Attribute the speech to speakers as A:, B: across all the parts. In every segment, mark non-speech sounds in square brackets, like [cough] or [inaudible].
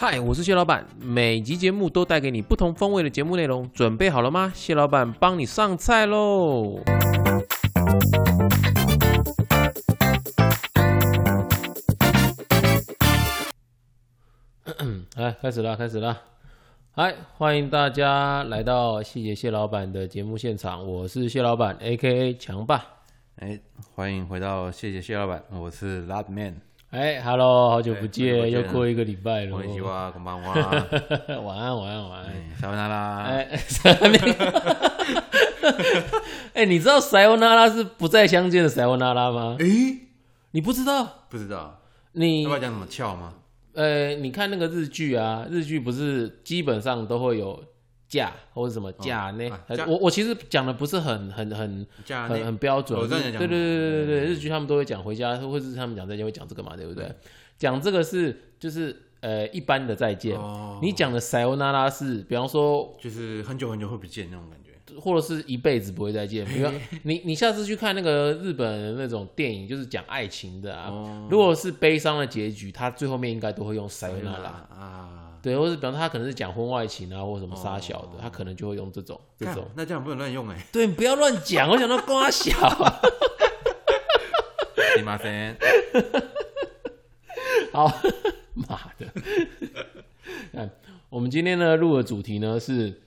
A: 嗨，我是蟹老板，每集节目都带给你不同风味的节目内容，准备好了吗？蟹老板帮你上菜喽！ [coughs] 来，开始啦，开始啦！嗨，欢迎大家来到细节蟹老板的节目现场，我是蟹老板，A.K.A 强爸。
B: 哎，欢迎回到谢谢谢老板，我是 l a d Man。
A: 哎，Hello，好久不
B: 哎好久
A: 见，
B: 不
A: 又
B: 见
A: 过一个礼拜了。
B: こんにちは、こんばんは。
A: [laughs] 晚安，晚安，晚安。
B: [laughs] 哎撒よ那拉，
A: 哎， [laughs] 塞那
B: [laughs]
A: 哎，你知道塞欧那拉是不再相见的塞欧那拉吗？
B: 哎，
A: 你不知道？
B: 不知道
A: 你
B: 要不要讲什么翘吗？
A: 呃，你看那个日剧啊，日剧不是基本上都会有假或者什么假呢
B: 啊？
A: 呃
B: 假
A: 我我其实讲的不是很很很
B: 加
A: 呃很
B: 那
A: 很标准，
B: 我知道你
A: 对
B: 在哦讲嗯
A: 对对
B: 什么
A: 对对对，日剧他们都会讲回家，或者是他们讲再见会讲这个嘛，对不对？讲这个是就是呃一般的再见，
B: 哦，
A: 你讲的塞欧那拉是，比方说
B: 就是很久很久会不见那种感觉。
A: 或者是一辈子不会再 [laughs] 见。比方你你下次去看那个日本的那种电影，就是讲爱情的啊，如果是悲伤的结局，他最后面应该都会用 s a y o
B: 撒よ
A: n
B: 那
A: a
B: 拉
A: r
B: 啊，
A: 对，或者比方说他可能是讲婚外情啊，或什么杀小的，他可能就会用这种这
B: 干
A: 种。
B: 那这样不能乱 [laughs] 用哎。
A: 对，你不要乱讲，我想到瓜小啊。
B: 你妈塞，
A: [laughs] 好， [laughs] 妈的！看，我们今天呢录的主题呢是，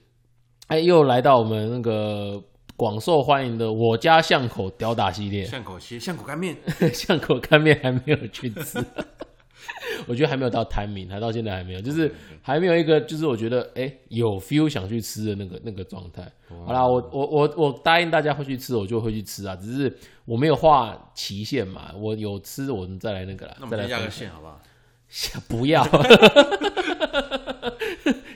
A: 哎，又来到我们那个广受欢迎的我家巷口屌打系列。
B: 巷口西巷口干面，
A: 巷口干面还没有去吃， [laughs] 我觉得还没有到 timing，还到现在还没有，就是还没有一个就是我觉得哎、诶有 feel 想去吃的那个那个状态。好啦，我我我我答应大家会去吃，我就会去吃啊，只是我没有画期限嘛，我有吃我们再来那个啦
B: 那，我
A: [laughs] 再
B: 们
A: 来
B: 先压
A: 分
B: 个
A: 享
B: 线好不好？
A: 不
B: [laughs]
A: 要，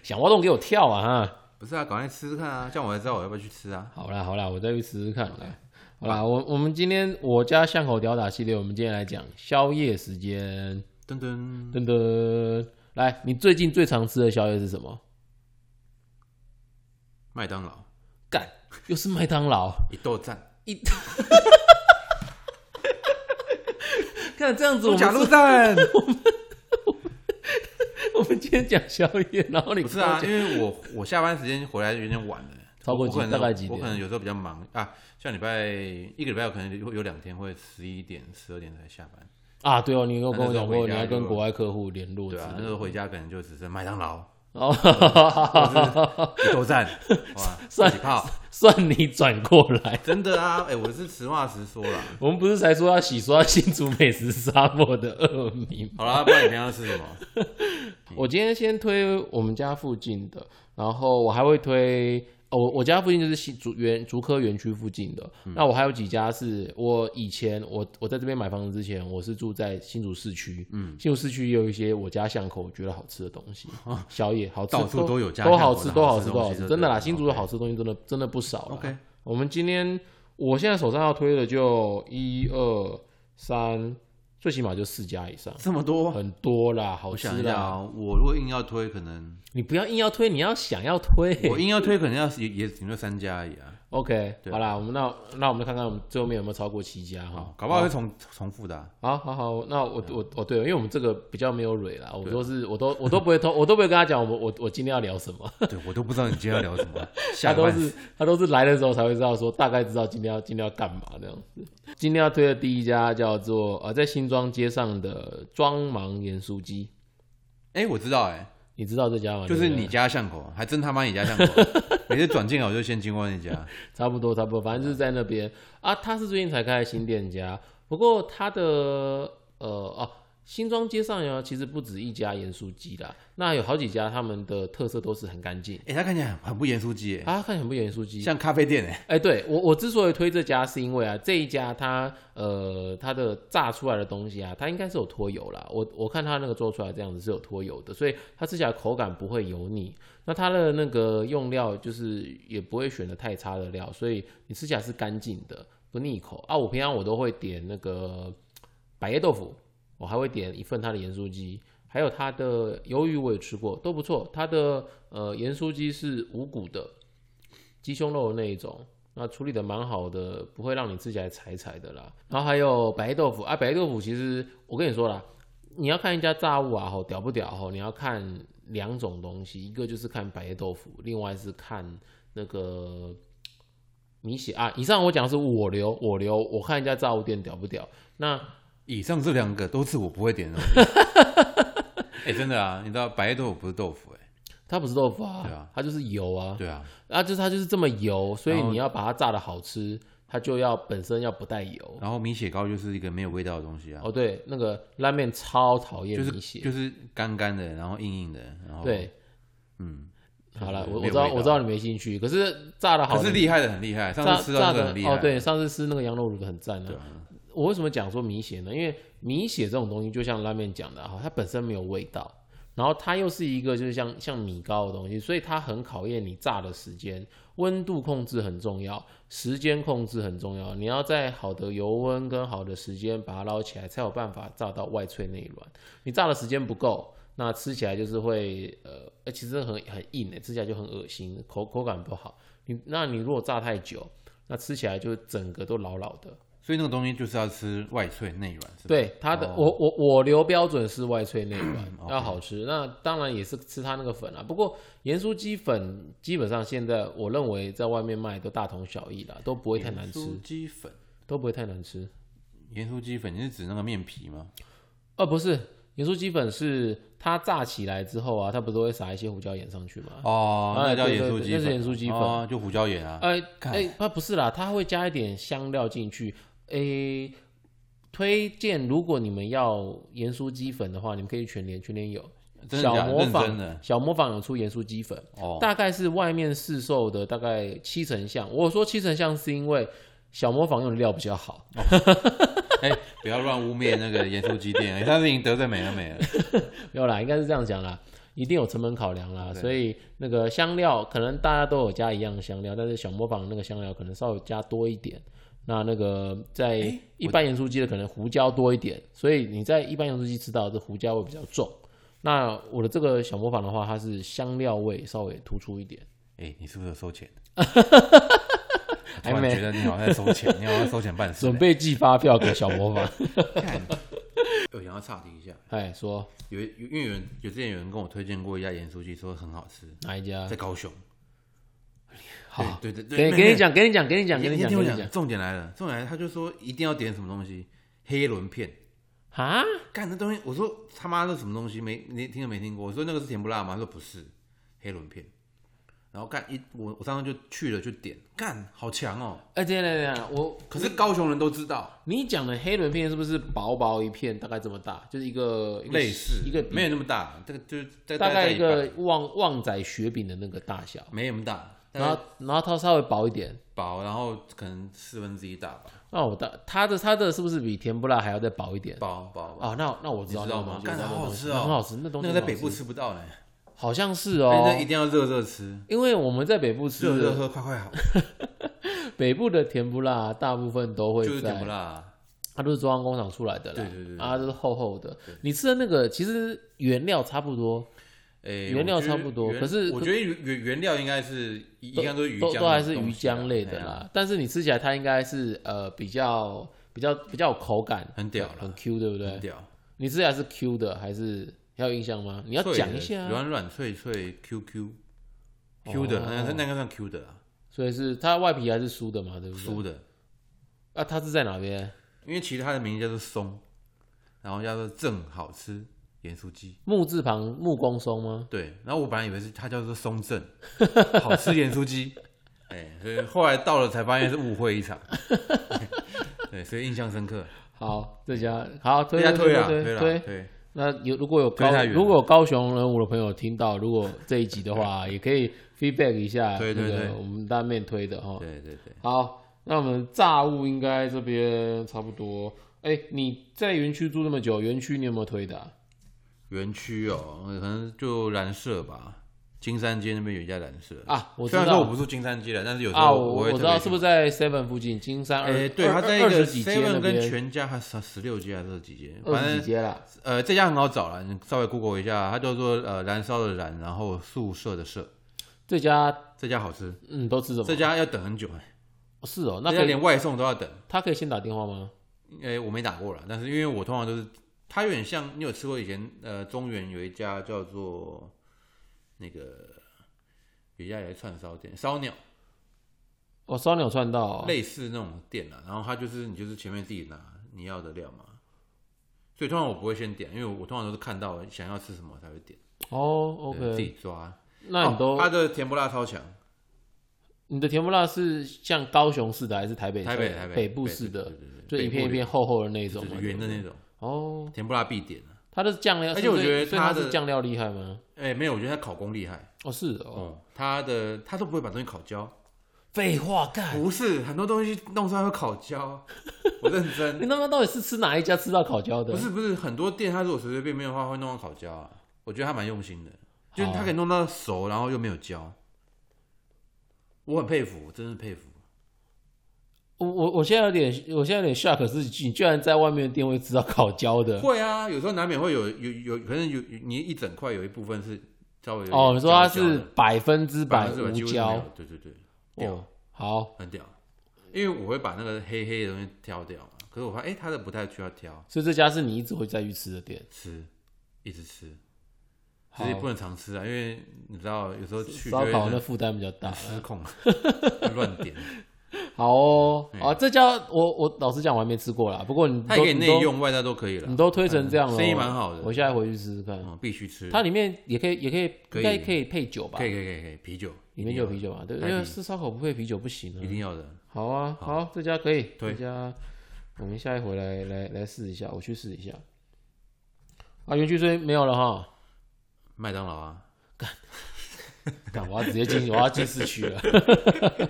A: 想挖洞给我跳啊哈！
B: 不是啊，赶快吃吃看啊，这样我才知道我要不要去吃啊。
A: 好啦好啦，我再去试试看啦。好啦，我我们今天我家巷口屌打系列，我们今天来讲宵夜时间。
B: 噔噔，
A: 噔噔，来，你最近最常吃的宵夜是什么？
B: 麦当劳
A: 干，又是麦当劳。
B: 一豆赞，
A: 一，看这样子，我们
B: 猪脚肉蛋。
A: [laughs] 我们今天讲宵夜，然后你
B: 不是
A: 跟我
B: 啊，
A: 讲
B: 因为我我下班时间回来有点晚了，
A: 超过
B: 我
A: 几
B: 可能
A: 大概几点
B: 我可能有时候比较忙啊，像礼拜一个礼拜，我可能会有两天会十一点、十二点才下班，
A: 啊，对哦，你有跟我
B: 那时
A: 讲
B: 候
A: 过，
B: 回
A: 你
B: 家
A: 要
B: 就
A: 跟国外客户联络之
B: 对啊，
A: 类
B: 那时
A: 的。
B: 候回家可能就只剩麦当劳、
A: 哦， [laughs]
B: 一豆站，哇，
A: 算
B: 自己泡，
A: 算你转过来。
B: 真的啊，哎、我是实话实说啦。
A: 我们不是才说要洗刷新竹美食沙漠的恶名
B: 好啦，不然你平常吃什么？
A: 我今天先推我们家附近的，然后我还会推。哦我我家附近就是西竹园竹科园区附近的，
B: 嗯
A: 那我还有几家是我以前我我在这边买房子之前，我是住在新竹市区，嗯，新竹市区也有一些我家巷口我觉得好吃的东
B: [laughs]
A: 西，宵夜好吃，
B: 哦到处都有家
A: 都
B: 巷
A: 好
B: 口
A: 吃，
B: 的
A: 都
B: 好
A: 好
B: 吃
A: 吃，
B: 的
A: 都
B: 东
A: 好
B: 西
A: 吃，
B: 就
A: 真的啦，
B: 对
A: 新竹的好吃的东西真的真的不少啦
B: [laughs] OK
A: 我们今天我现在手上要推的就一二三，最起码就四家以上，
B: 这么多，
A: 很多啦，好
B: 我
A: 吃
B: 想一下
A: 啦，
B: 啊，我如果硬要推，可能
A: 你不要硬要推，你要想要推。
B: 我硬要推，可能要也也顶多三家而已啊，
A: [laughs] OK，
B: 对
A: 好啦，我们那那我们看看我们最后面有没有超过七家哈。
B: 搞不好会重重复的、啊。
A: 好好好，那我
B: 啊
A: 我我对了，因为我们这个比较没有蕊啦，我都是我都我都不会通，我都不会跟他讲我们我我今天要聊什
B: [laughs]
A: 么，
B: 对我都不知道你今天要聊什么，
A: [laughs] 他
B: 下
A: 都是他都是来的时候才会知道说大概知道今天要今天要干嘛这样子。今天要推的第一家叫做呃在新庄街上的庄忙盐酥鸡，
B: 哎、我知道哎、
A: 你知道这家吗？
B: 就是
A: 哦对不对
B: 你家巷口，还真他妈你家巷口。
A: [laughs]
B: 每次转进来我就先经过那家，
A: 差不多，差不多，反正就是在那边啊。他是最近才开的新店家，不过他的呃哦、新庄街上呢，其实不止一家盐酥鸡啦，那有好几家，他们的特色都是很干净
B: 哎、他看起来很很不严肃鸡，哎，
A: 啊，看起来很不盐酥鸡。
B: 像咖啡店哎，
A: 哎、对我我之所以推这家，是因为啊，这一家它呃它的炸出来的东西啊，它应该是有脱油啦。我我看它那个做出来这样子是有脱油的，所以它吃起来口感不会油腻。那它的那个用料就是也不会选的太差的料，所以你吃起来是干净的，不腻口啊。我平常我都会点那个百叶豆腐，我还会点一份它的盐酥鸡。还有它的鱿鱼我也吃过，都不错。它的呃盐酥鸡是无骨的，鸡胸肉的那一种，那处理的蛮好的，不会让你吃起来柴柴的啦。然后还有白豆腐啊，白豆腐其实我跟你说啦，你要看一家炸物啊，吼屌不屌吼，你要看两种东西，一个就是看百叶豆腐，另外是看那个米血啊。以上我讲的是我流我流，我看一家炸物店屌不屌。那
B: 以上这两个都是我不会点的。
A: [laughs]
B: 哎、真的啊，你知道白豆腐不是豆腐哎、
A: 它不是豆腐啊，
B: 对啊
A: 它就是油啊，
B: 对啊，
A: 啊就是它就是这么油，所以
B: 然后
A: 你要把它炸的好吃，它就要本身要不带油。
B: 然后米血糕就是一个没有味道的东西啊，
A: 哦，对，那个拉面超讨厌
B: 就是
A: 米血，
B: 就是干干的，然后硬硬的，然后，
A: 对，
B: 嗯，
A: 好了，
B: 就是
A: 我我
B: 没有
A: 知道
B: 味道
A: 我知道你没兴趣，可是炸的好
B: 可是厉害的很厉害，上
A: 炸
B: 次吃
A: 炸
B: 到这个
A: 的
B: 很厉害，
A: 哦，对，上次吃那个羊肉炉很赞啊
B: 对。啊，
A: 我为什么讲说米血呢？因为米血这种东西，就像拉面讲的哈，它本身没有味道，然后它又是一个就是像像米糕的东西，所以它很考验你炸的时间，温度控制很重要，时间控制很重要。你要在好的油温跟好的时间把它捞起来，才有办法炸到外脆内软。你炸的时间不够，那吃起来就是会呃，呃其实很很硬诶、欸吃起来就很恶心，口口感不好。你那你如果炸太久，那吃起来就整个都老老的。
B: 所以那个东西就是要吃外脆内软，是吧？
A: 对它的、
B: 哦嗯
A: 我我我留标准是外脆内软 [clears throat]
B: ，OK
A: 要好吃。那当然也是吃它那个粉啊。不过盐酥鸡粉基本上现在我认为在外面卖都大同小异啦，都不会太难吃
B: 盐，酥鸡粉，
A: 都不会太难吃。
B: 盐酥鸡粉，你是指那个面皮吗？
A: 哦，不是，盐酥鸡粉是它炸起来之后啊，它不是会撒一些胡椒盐上去吗？
B: 哦，
A: 哎
B: 那叫
A: 对
B: 盐
A: 对
B: 酥
A: 对
B: 鸡
A: 那
B: 粉，
A: 是盐酥鸡粉
B: 哦，就胡椒盐啊。
A: 哎
B: 看
A: 哎，它不是啦，它会加一点香料进去。哎，推荐如果你们要盐酥鸡粉的话，你们可以去全联，全联有。
B: 真的假
A: 小
B: 的？
A: 模
B: 认真的
A: 仿，小模仿有出盐酥鸡粉，
B: 嗯哦，
A: 大概是外面市售的大概七成像。我说七成像是因为小模仿用的料比较好，
B: 哎，不要乱污蔑那个盐酥鸡店，哎他是已经得罪美而美了。
A: 没有啦，应该是这样讲啦，一定有成本考量啦，
B: 对
A: 所以那个香料可能大家都有加一样的香料，但是小模仿那个香料可能稍微加多一点。那那个在
B: 诶
A: 一般盐酥鸡的可能胡椒多一点，所以你在一般盐酥鸡吃到的这胡椒味比较重。那我的这个小模仿的话，它是香料味稍微突出一点。
B: 哎，你是不是有
A: [laughs]
B: 收钱？突
A: 还
B: 然
A: 没
B: 觉得你好像在收钱，你好像在收钱办事。 [laughs]
A: 准备寄发票给小模仿。
B: 看，有想要岔题一下，
A: [laughs] 哎，说
B: 有有因为有人有之前有人跟我推荐过一家盐酥鸡，说很好吃，
A: 哪一家
B: 在？高雄。
A: 啊好，
B: 对对对
A: 给
B: 没
A: 给
B: 没
A: 你讲，给你讲，给你讲，给
B: 你
A: 你讲，
B: 先
A: 给
B: 听我
A: 你讲
B: 讲，重点来了，重点来了，他就说一定要点什么东西，黑轮片。
A: 啊！
B: 干那东西，我说他妈的什么东西没你听都没听过。我说那个是甜不辣吗？他说不是，黑轮片。然后干一我我上次就去了就点，干好强哦！
A: 哎，等一下等一下等一下，我
B: 可是高雄人都知道，
A: 你讲的黑轮片是不是薄薄一片，大概这么大，就是一个一个
B: 类似
A: 一个
B: 没有那么大，这个就是大
A: 大概一
B: 半
A: 个旺旺仔雪饼的那个大小，
B: 没那么大，
A: 然
B: 然后
A: 后然后它稍微薄一点。
B: 薄，然后可能四分之一大吧，
A: 那我的它的它的是不是比甜不辣还要再薄一点？
B: 薄薄薄。
A: 啊，那那我知道
B: 你知
A: 那
B: 道
A: 个
B: 吗
A: 东西
B: 干
A: 我知道那个东西那很
B: 好好吃哦
A: 好吃，那东西
B: 那个在
A: 很好
B: 北部
A: 吃
B: 吃不到呢，
A: 好像是
B: 但
A: 哦
B: 是，一定要热热吃，
A: 因为我们在北部吃
B: 热热
A: 的
B: 喝快快好，
A: 北部的甜不辣，大部分都会
B: 就是
A: 在
B: 甜不辣啊。
A: 它都是中央工厂出来的啦，
B: 对对对对
A: 啊，它都是厚厚的。你吃的那个其实原料差不多，
B: 诶
A: 原料
B: 我觉得
A: 差不多
B: 原
A: 可是
B: 我觉得原原原料应该是一
A: 都
B: 应该都是鱼
A: 都
B: 浆
A: 都还是
B: 东
A: 鱼
B: 西啊
A: 浆类的
B: 哎呀
A: 啦。但是你吃起来它应该是呃比较比较比较有口感，
B: 很屌啦
A: 很 Q，对不对
B: 很？屌，
A: 你吃起来是 Q 的还是还有印象吗？你要
B: 脆的
A: 讲一下啊、
B: 软软脆脆 QQ Q 的，
A: 哦
B: 那那个算 Q 的啊，
A: 所以是它外皮还是酥的嘛，对不对？
B: 酥的，
A: 啊，它是在哪边？
B: 因为其他的名字叫做松，然后叫做正好吃盐酥鸡，
A: 木字旁木工松吗？
B: 对，然后我本来以为是它叫做
A: [laughs]
B: 松正，好吃盐酥鸡，哎，所以后来到了才发现是误会
A: [laughs]
B: 一场，对，所以印象深刻，
A: 好，这家好推
B: 大家推啊
A: 推
B: 推啦
A: 推
B: 推，
A: 那有如果有
B: 推
A: 高
B: 太远了
A: 如果有高雄人物的朋友听到，如果这一集的话，也可以 feedback 一下
B: [laughs] 对对
A: 那个
B: 对
A: 我们单面推的哈。
B: 对对对。
A: 好，那我们炸物应该这边差不多。哎、你在园区住那么久，园区你有没有推的啊、
B: 园区哦，可能就蓝色吧。金山街那边有一家蓝色
A: 啊我知
B: 虽然说
A: 道
B: 我不住金山街了，但是有时
A: 啊？
B: 候
A: 我
B: 会
A: 我
B: 特
A: 知
B: 别
A: 道
B: 去
A: 是不是在 Seven 附近，金山
B: 买？
A: 二、
B: 哎，对，它在一
A: 二
B: 个
A: 十几街那
B: Seven 跟
A: 边，
B: 全家还是十六街还是二十几街，
A: 二
B: 反
A: 十几
B: 正
A: 街啦。
B: 呃这家很好找了，你稍微 Google 一下，它叫做呃燃烧的燃，然后宿舍的舍，
A: 这家
B: 这家好吃，
A: 嗯都吃什么？
B: 这家要等很久，哎
A: 哦是哦，那
B: 这
A: 可
B: 家
A: 以
B: 连外送都要等。
A: 他可以先打电话吗？
B: 哎，我没打过了，但是因为我通常都是它有点像你有吃过以前呃中原有一家叫做那个有一家也是串烧店烧鸟，
A: 哦，烧鸟串到、哦，
B: 类似那种店啊啦、然后它就是你就是前面自己拿你要的料嘛。所以通常我不会先点，因为我通常都是看到想要吃什么才会点
A: 哦
B: 对自
A: ，OK，
B: 己抓。
A: 那你都、
B: 哦它的甜不辣超强，
A: 你的甜不辣是像高雄市的还是台北市
B: 台北台北
A: 北部市的
B: 对，对对
A: 就
B: 对
A: 一片一片厚厚的那种
B: 就
A: 吗
B: 是圆的那种
A: 哦，
B: 甜不辣必点啊。
A: 它的酱料，
B: 而且我
A: 所以
B: 觉得
A: 所以它
B: 它的
A: 是酱料厉害吗？
B: 哎，没有，我觉得它烤工厉害
A: 哦，是的哦，
B: 哦，它的它都不会把东西烤焦，
A: 废话干，
B: 不是很多东西弄出来会烤焦，我认真。
A: 你他妈到底是吃哪一家吃到烤焦的？
B: 不是不是，很多店它如果随随便便的话会弄到烤焦啊，我觉得它蛮用心的，
A: 好
B: 就是它可以弄到熟，然后又没有焦，我很佩服，真是佩服。
A: 我我我现在有点，我现在有点 shock，是你居然在外面的店会吃到烤焦的。
B: 会啊，有时候难免会有有有，可能有有你一整块有一部分是稍微有
A: 哦，你说它
B: 焦焦
A: 是
B: 的
A: 百分之
B: 百
A: 百
B: 分之百
A: 无
B: 几乎是没
A: 胶
B: 有，对对对，掉
A: 哦，好，
B: 很屌。因为我会把那个黑黑的东西挑掉嘛，可是我发现哎、它的不太需要挑，
A: 所以这家是你一直会再去吃的店。
B: 吃一直吃，其
A: 好
B: 实也不能常吃啊，因为你知道有时候去就
A: 烧
B: 会
A: 烤那
B: 很
A: 负担比较大。
B: 失
A: [laughs]
B: 控，乱点。
A: 好哦，
B: 嗯
A: 啊，这家我我老实讲我还没吃过啦，不过你
B: 它
A: 都
B: 也可以
A: 你
B: 内
A: 都
B: 用外带都可以了
A: 你，都推成这样了，哦
B: 嗯生意蛮好的
A: 我现在回去试试看，
B: 嗯，必须吃。
A: 它里面也可以也可以应
B: 可
A: 该
B: 以
A: 可以配酒吧
B: 可？以可以可以可以啤酒，
A: 里面就有啤酒吧？对，因
B: 可
A: 为
B: 以
A: 吃烧烤不配啤酒不行啊
B: 一。定要的。
A: 好啊，好，这家可以，这
B: 对
A: 家我们下一回来来来试一下，我去试一下。啊，园区虽没有了哈，
B: 麦当劳啊，
A: 干我要直接进，我要进市区了。 [laughs]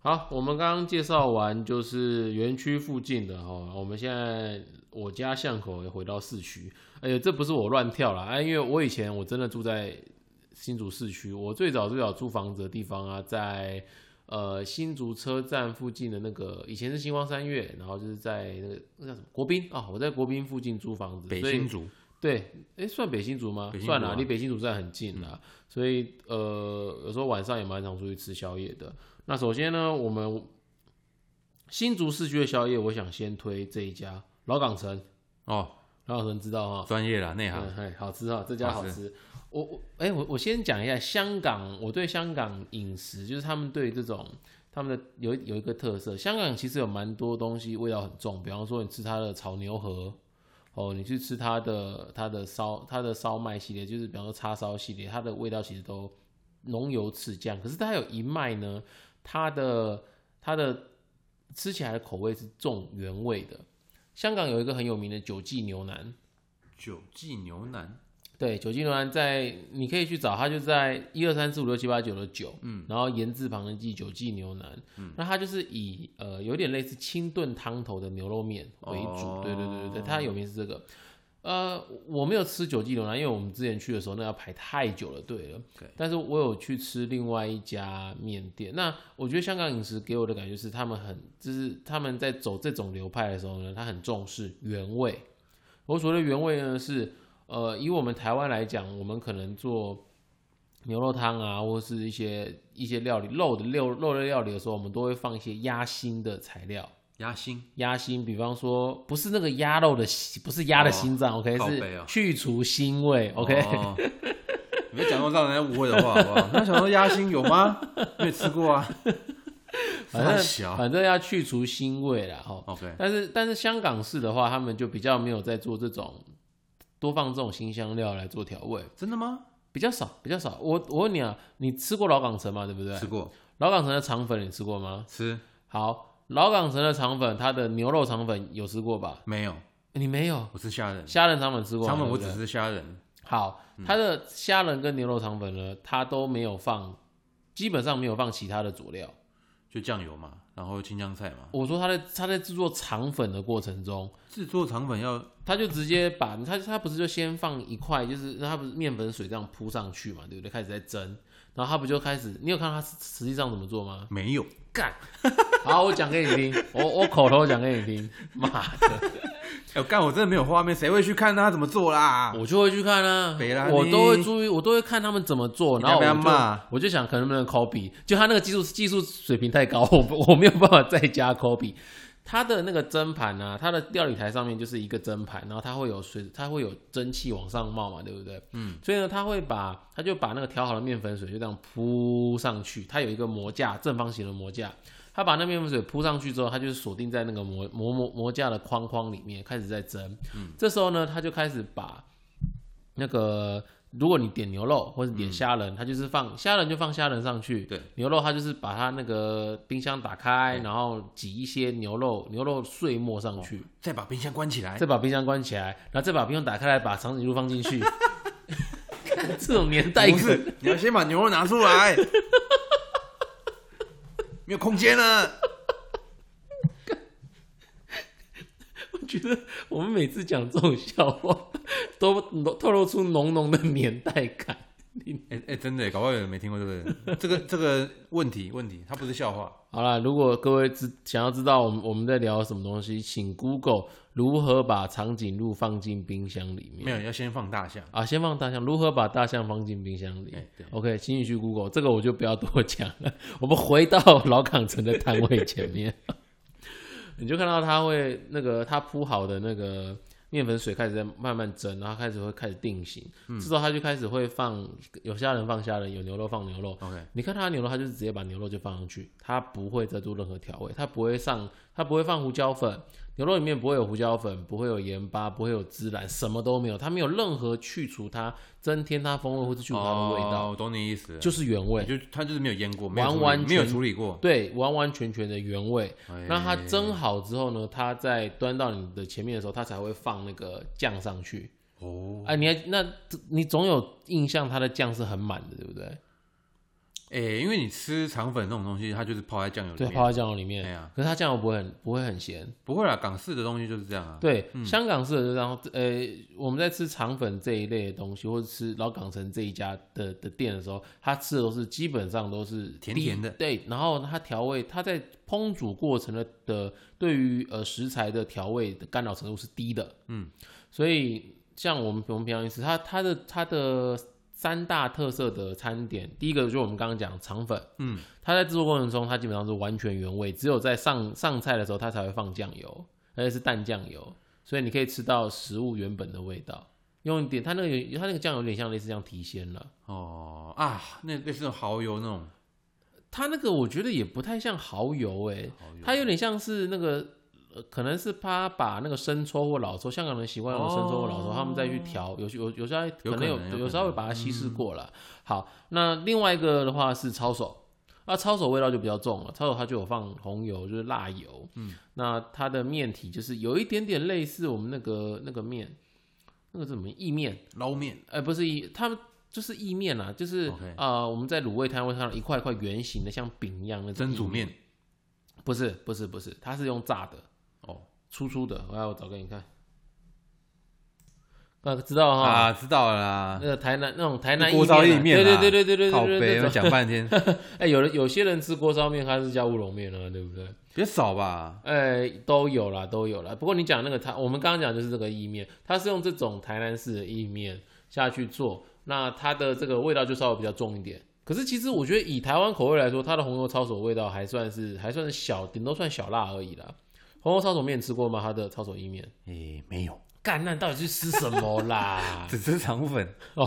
A: 好，我们刚刚介绍完就是园区附近的哦，我们现在我家巷口也回到市区，而且这不是我乱跳啦，哎，因为我以前我真的住在新竹市区，我最早最早租房子的地方啊，在呃新竹车站附近的那个，以前是星光三月，然后就是在那个那叫什么国宾啊、我在国宾附近租房子，
B: 北
A: 所以
B: 新竹
A: 对，哎，算北新竹吗？
B: 北新竹啊嗯
A: 算啦，离北新竹站很近啦，所以呃，有时候晚上也蛮常出去吃宵夜的。那首先呢，我们新竹市区的宵夜，我想先推这一家老港城，
B: 哦，
A: 老港城知道哈，
B: 专业啦，内行
A: 嗯，哎，好吃哈，这家
B: 好
A: 好
B: 吃
A: 吃。我我哎，我我先讲一下香港，我对香港饮食就是他们对这种他们的有有一个特色，香港其实有蛮多东西味道很重，比方说你吃它的炒牛河。哦，你去吃它的它的烧它的烧麦系列，就是比方说叉烧系列，它的味道其实都浓油赤酱。可是它有一脉呢，它的它的吃起来的口味是重原味的。香港有一个很有名的九记牛腩，
B: 九记牛腩，
A: 对，九记牛腩在你可以去找，它就在一二三四五六七八九的九，
B: 嗯，
A: 然后言字旁的记九记牛腩，嗯，那它就是以呃有点类似清炖汤头的牛肉面为主，
B: 哦
A: 对对对对对，它有名是这个。呃，我没有吃九记牛腩，因为我们之前去的时候那要排太久了队了。
B: OK
A: 但是我有去吃另外一家面店。那我觉得香港饮食给我的感觉是，他们很就是他们在走这种流派的时候呢，他很重视原味。我所谓的原味呢，是呃，以我们台湾来讲，我们可能做牛肉汤啊，或是一些一些料理肉的肉肉类料理的时候，我们都会放一些鸭心的材料。
B: 鸭心
A: 鸭心，比方说不是那个鸭肉的心，不是鸭的心脏、o k
B: 靠背
A: 是
B: 哦
A: 去除腥味，OK、
B: [laughs] 哦你别讲到让人家误会的话，好不好？他想说鸭心有吗？没有吃
A: [laughs]
B: 过啊，
A: 反
B: 傻
A: 正
B: 小
A: 反正要去除腥味啦，哈。
B: ，OK，
A: 但是但是香港式的话，他们就比较没有在做这种多放这种新香料来做调味，
B: 真的吗？
A: 比较少比较少。我我问你啊，你吃过老港城吗？对不对？
B: 吃过，
A: 老港城的肠粉你吃过吗？
B: 吃
A: 好，老港城的肠粉，它的牛肉肠粉有吃过吧？
B: 没有？
A: 你没有？
B: 我吃虾仁，
A: 虾仁肠粉吃过吗？
B: 肠粉
A: 对
B: 我
A: 不对
B: 只吃虾仁，
A: 好，它的虾仁跟牛肉肠粉呢，它都没有放，基本上没有放其他的佐料。
B: 就酱油嘛，然后青江菜嘛。
A: 我说它在它在制作肠粉的过程中，
B: 制作肠粉要
A: 它就直接把它它不是就先放一块，就是它不是面粉水这样铺上去嘛，对不对？开始在蒸，然后它不就开始，你有看到它实实际上怎么做吗？
B: 没有，
A: 干， [laughs] 好，我讲给你听，我我口头讲给你 [laughs] 听，妈的，
B: 哎、干我真的没有画面，谁会去看他怎么做啦？
A: 我就会去看啊
B: 北拉，
A: 我
B: 尼
A: 都会注意，我都会看他们怎么做，
B: 你
A: 然后
B: 该
A: 我
B: 被他
A: 就
B: 骂
A: 我就想可能能不能 copy，就他那个技术技术水平太高，我不我没有办法再加 copy。它的那个蒸盘啊，它的料理台上面就是一个蒸盘，然后它会有水，它会有蒸汽往上冒嘛，对不对？嗯，所以呢，它会把它就把那个调好的面粉水就这样铺上去，它有一个模架，正方形的模架，它把那面粉水铺上去之后，它就是锁定在那个模模模模架的框框里面，开始在蒸。嗯，这时候呢，它就开始把那个。如果你点牛肉或者点虾仁，它就是放虾仁就放虾仁上去，
B: 嗯对，
A: 牛肉它就是把它那个冰箱打开，然后挤一些牛肉牛肉碎末上去，
B: 再把冰箱关起来，
A: 再把冰箱关起来，然后再把冰箱打开来，把长颈鹿放进去。看这种年代
B: 不
A: 梗，
B: 是，你要先把牛肉拿出来，没有空间了。
A: 我觉得我们每次讲这种笑话， [laughs] 都都透露出浓浓的年代感。 [laughs] 你
B: [laughs] 哎、哎、真的耶，搞不好有人没听过这个这个这个问题问题，它不是笑话。
A: 好啦，如果各位知想要知道我们我们在聊什么东西，请 Google 如何把长颈鹿放进冰箱里面
B: 没。有，要先放大象。
A: 啊，先放大象，如何把大象放进冰箱里、
B: 哎对
A: o k 请你去 Google，这个我就不要多讲了。我们回到老港城的摊位前面， [laughs] 你就看到它会那个它铺好的那个面粉水开始在慢慢蒸，然后开始会开始定型。
B: 嗯
A: 这时候它就开始会放有虾仁放虾仁，有牛肉放牛肉。
B: OK，
A: 你看它的牛肉，它就是直接把牛肉就放上去，它不会再做任何调味，它不会上，它不会放胡椒粉，牛肉里面不会有胡椒粉，不会有盐巴，不会有孜然，什么都没有，它没有任何去除它、增添它风味或是去除它的味道，
B: 哦，我懂你意思了。
A: 就是原味，
B: 就它就是没有腌过，没有
A: 完
B: 处理
A: 完全
B: 没有处理过。
A: 对，完完全全的原味。
B: 哎
A: 那它蒸好之后呢，它在端到你的前面的时候，它才会放那个酱上去。
B: 哦，
A: 哎、你还那你总有印象，它的酱是很满的，对不对？
B: 哎、因为你吃肠粉这种东西，它就是泡在酱油里
A: 对，
B: 面。
A: 泡在酱油里
B: 哎
A: 面。
B: 呀
A: 可是它酱油不会很不会很咸。
B: 不会啦，港式的东西就是这样啊。
A: 对，香港式的就是这样。呃，我们在吃肠粉这一类的东西，或者吃老港城这一家的的店的时候，它吃的都是基本上都是
B: 甜
A: 低
B: 甜的
A: 对，然后它调味，它在烹煮过程的的对于呃食材的调味的干扰程度是低的。
B: 嗯，
A: 所以像我们我们平常去吃，它它的它的三大特色的餐点，第一个就是我们刚刚讲肠粉，
B: 嗯，
A: 它在制作过程中，它基本上是完全原味，只有在上上菜的时候，它才会放酱油，而且是淡酱油，所以你可以吃到食物原本的味道。用一点，它那个有它那个酱油有点像类似像提鲜了，
B: 哦啊，那类似那种蚝油那种，
A: 它那个我觉得也不太像蚝油欸诶、
B: 蚝油
A: 它哦有点像是那个，呃、可能是怕把那个生抽或老抽，香港人习惯用生抽或老抽，
B: 哦
A: 他们再去调，有有有时候
B: 有
A: 可能有
B: 可能有嗯可能
A: 有时候会把它稀释过了。好，那另外一个的话是抄手。那抄手味道就比较重了，抄手它就有放红油，就是辣油。嗯，那它的面体就是有一点点类似我们那个那个面，那个是什么意面？
B: 捞面。
A: 呃，不是意，他们就是意面啊，就是
B: OK
A: 呃，我们在卤味摊会看到一块一块圆形的，像饼一样的
B: 蒸煮面
A: 不是不是不是，它是用炸的，
B: 哦
A: 粗粗的。来，我找给你看。啊，知道哈、
B: 啊，知道了啦
A: 那，个台南那种台南
B: 锅烧
A: 意啊
B: 意面
A: 对
B: 啦
A: 对对对对
B: 靠
A: 对对
B: 背，
A: 对
B: 我
A: 对。
B: 讲
A: [laughs]
B: 半天，
A: 哎，有人有些人吃锅烧面，他是叫乌龙面啊，对不对？
B: 比较少 [laughs] 吧？
A: 哎，都有啦，都有啦。不过你讲那个台，我们刚刚讲的就是这个意面，它是用这种台南式的意面下去做，那它的这个味道就稍微比较重一点。可是其实我觉得以台湾口味来说，它的红油抄手味道还算是还算是小，顶多算小辣而已啦。红油抄手面吃过吗？它的抄手意面，
B: 诶，哎没有，
A: 干那你到底去吃什么啦？
B: 只吃肠粉。
A: [laughs] 哦，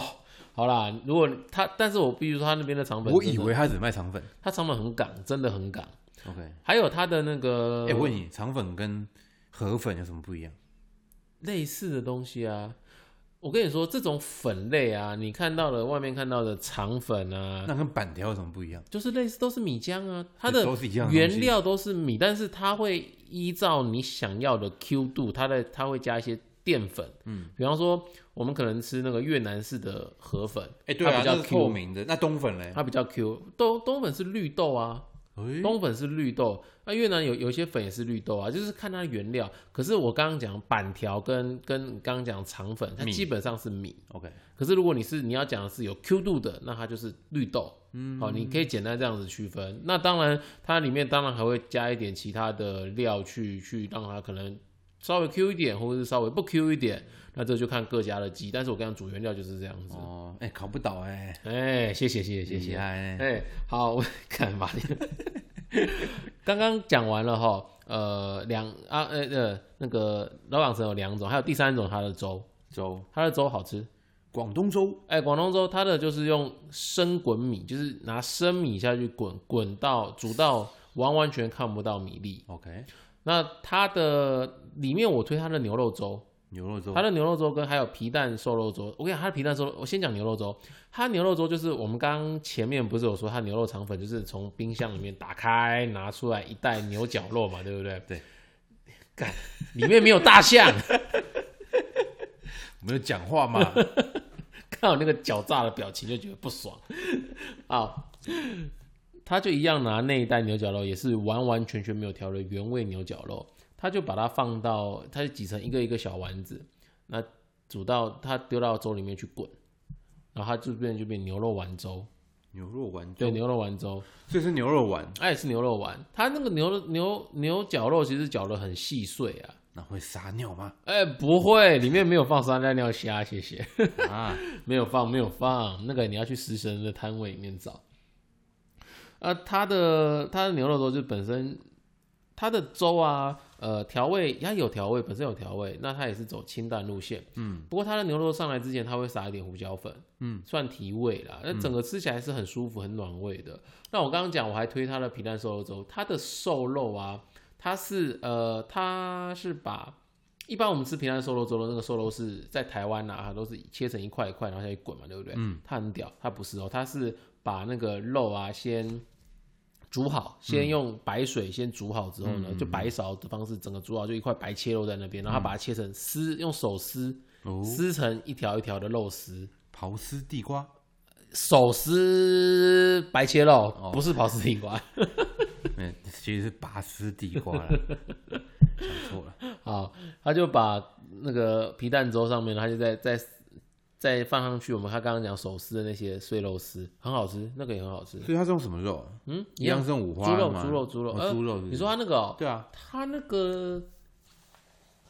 A: 好啦，如果它，但是我必须说它那边的肠粉真
B: 我
A: 的，
B: 以为他只卖肠粉。
A: 它肠粉很港，真的很港。
B: OK，
A: 还有它的那个，
B: 哎、我问你，肠粉跟河粉有什么不一样？
A: 类似的东西啊。我跟你说，这种粉类啊，你看到的外面看到的肠粉啊，
B: 那跟板条有什么不一样？
A: 就是类似都是米浆啊，它的
B: 都是一样的东西
A: 原料都是米，但是它会依照你想要的 Q 度，它的它会加一些淀粉。嗯，比方说我们可能吃那个越南式的河粉，
B: 哎
A: 它比较
B: 啊那
A: Q，
B: 明的。那冬粉嘞？
A: 它比较 Q。冬冬粉是绿豆啊，
B: 哎
A: 冬粉是绿豆，那越南有有一些粉也是绿豆啊，就是看它的原料。可是我刚刚讲板条跟跟刚刚讲肠粉，它
B: 米
A: 基本上是米。
B: ，OK，
A: 可是如果你是你要讲的是有 Q 度的，那它就是绿豆。嗯，好、你可以简单这样子区分。那当然，它里面当然还会加一点其他的料去去让它可能稍微 Q 一点，或者是稍微不 Q 一点。那这就看各家的鸡，但是我跟你讲，主原料就是这样子。
B: 哦，哎、考不倒哎、
A: 哎、谢谢谢谢谢谢
B: 厉。害哎、
A: 哎、好，我看嘛，刚刚讲完了哈，呃两啊呃呃那个老港城有两种，还有第三种它的粥，
B: 粥，
A: 它的粥好吃。
B: 广东粥，
A: 哎，广东粥它的就是用生滚米，就是拿生米下去滚，滚到煮到完完全看不到米粒。
B: ，OK，
A: 那它的里面我推它的牛肉粥，
B: 牛肉粥
A: 它，的牛肉粥跟还有皮蛋瘦肉粥，我跟你讲，它的皮蛋瘦肉，我先讲牛肉粥。它牛肉粥就是我们刚刚前面不是有说，它牛肉肠粉就是从冰箱里面打开拿出来一袋牛角肉嘛，对不对？
B: 对，
A: 干里面没有大象，
B: 没有讲话
A: [laughs]
B: 嘛，
A: 看我那个狡诈的表情就觉得不爽。 [laughs] 好，他就一样拿那一袋牛角肉，也是完完全全没有调的原味牛角肉，他就把它放到，他就挤成一个一个小丸子，那煮到他丢到粥里面去滚，然后它就变就变牛肉丸粥，
B: 牛肉丸
A: 对，
B: 粥，
A: 牛肉丸粥，
B: 所以是牛肉丸，
A: 它也是牛肉丸，它那个牛肉牛牛角肉其实绞的很细碎啊。
B: 那会撒尿吗？
A: 哎、不会，里面没有放三料尿虾，谢谢。 [laughs]
B: 啊，
A: 没有放，没有放，那个你要去食神的摊位里面找。呃，它的它的牛肉粥就本身它的粥啊，呃，调味它有调味，本身有调味，那它也是走清淡路线。嗯，不过它的牛肉上来之前，它会撒一点胡椒粉，嗯，算提味啦。那整个吃起来是很舒服、很暖胃的。那我刚刚讲，我还推它的皮蛋瘦肉粥，它的瘦肉啊，它是呃，它是把一般我们吃平安瘦肉粥的那个瘦肉是在台湾呐、它都是切成一块一块，然后下去滚嘛，对不对？嗯，它很屌，它不是哦，它是把那个肉啊先煮好，先用白水先煮好之后呢，就白勺的方式整个煮好，就一块白切肉在那边，然后它把它切成丝，用手撕
B: 哦，
A: 撕成一条一条的肉丝，
B: 刨丝地瓜，
A: 手撕白切肉，不是刨丝地瓜。哎
B: 嗯，其实是拔丝地瓜 [laughs] 啦，讲错了，
A: 好，他就把那个皮蛋粥上面，他就再再再放上去我们他刚刚讲手撕的那些碎肉丝，很好吃，那个也很好吃。
B: 所以它是用什么肉啊？
A: 嗯，
B: 一样是用五花
A: 猪肉，
B: 吗
A: 猪肉，猪肉，
B: 哦
A: 呃
B: 猪肉是不是
A: 你说他那个、哦，
B: 对啊，
A: 他那个，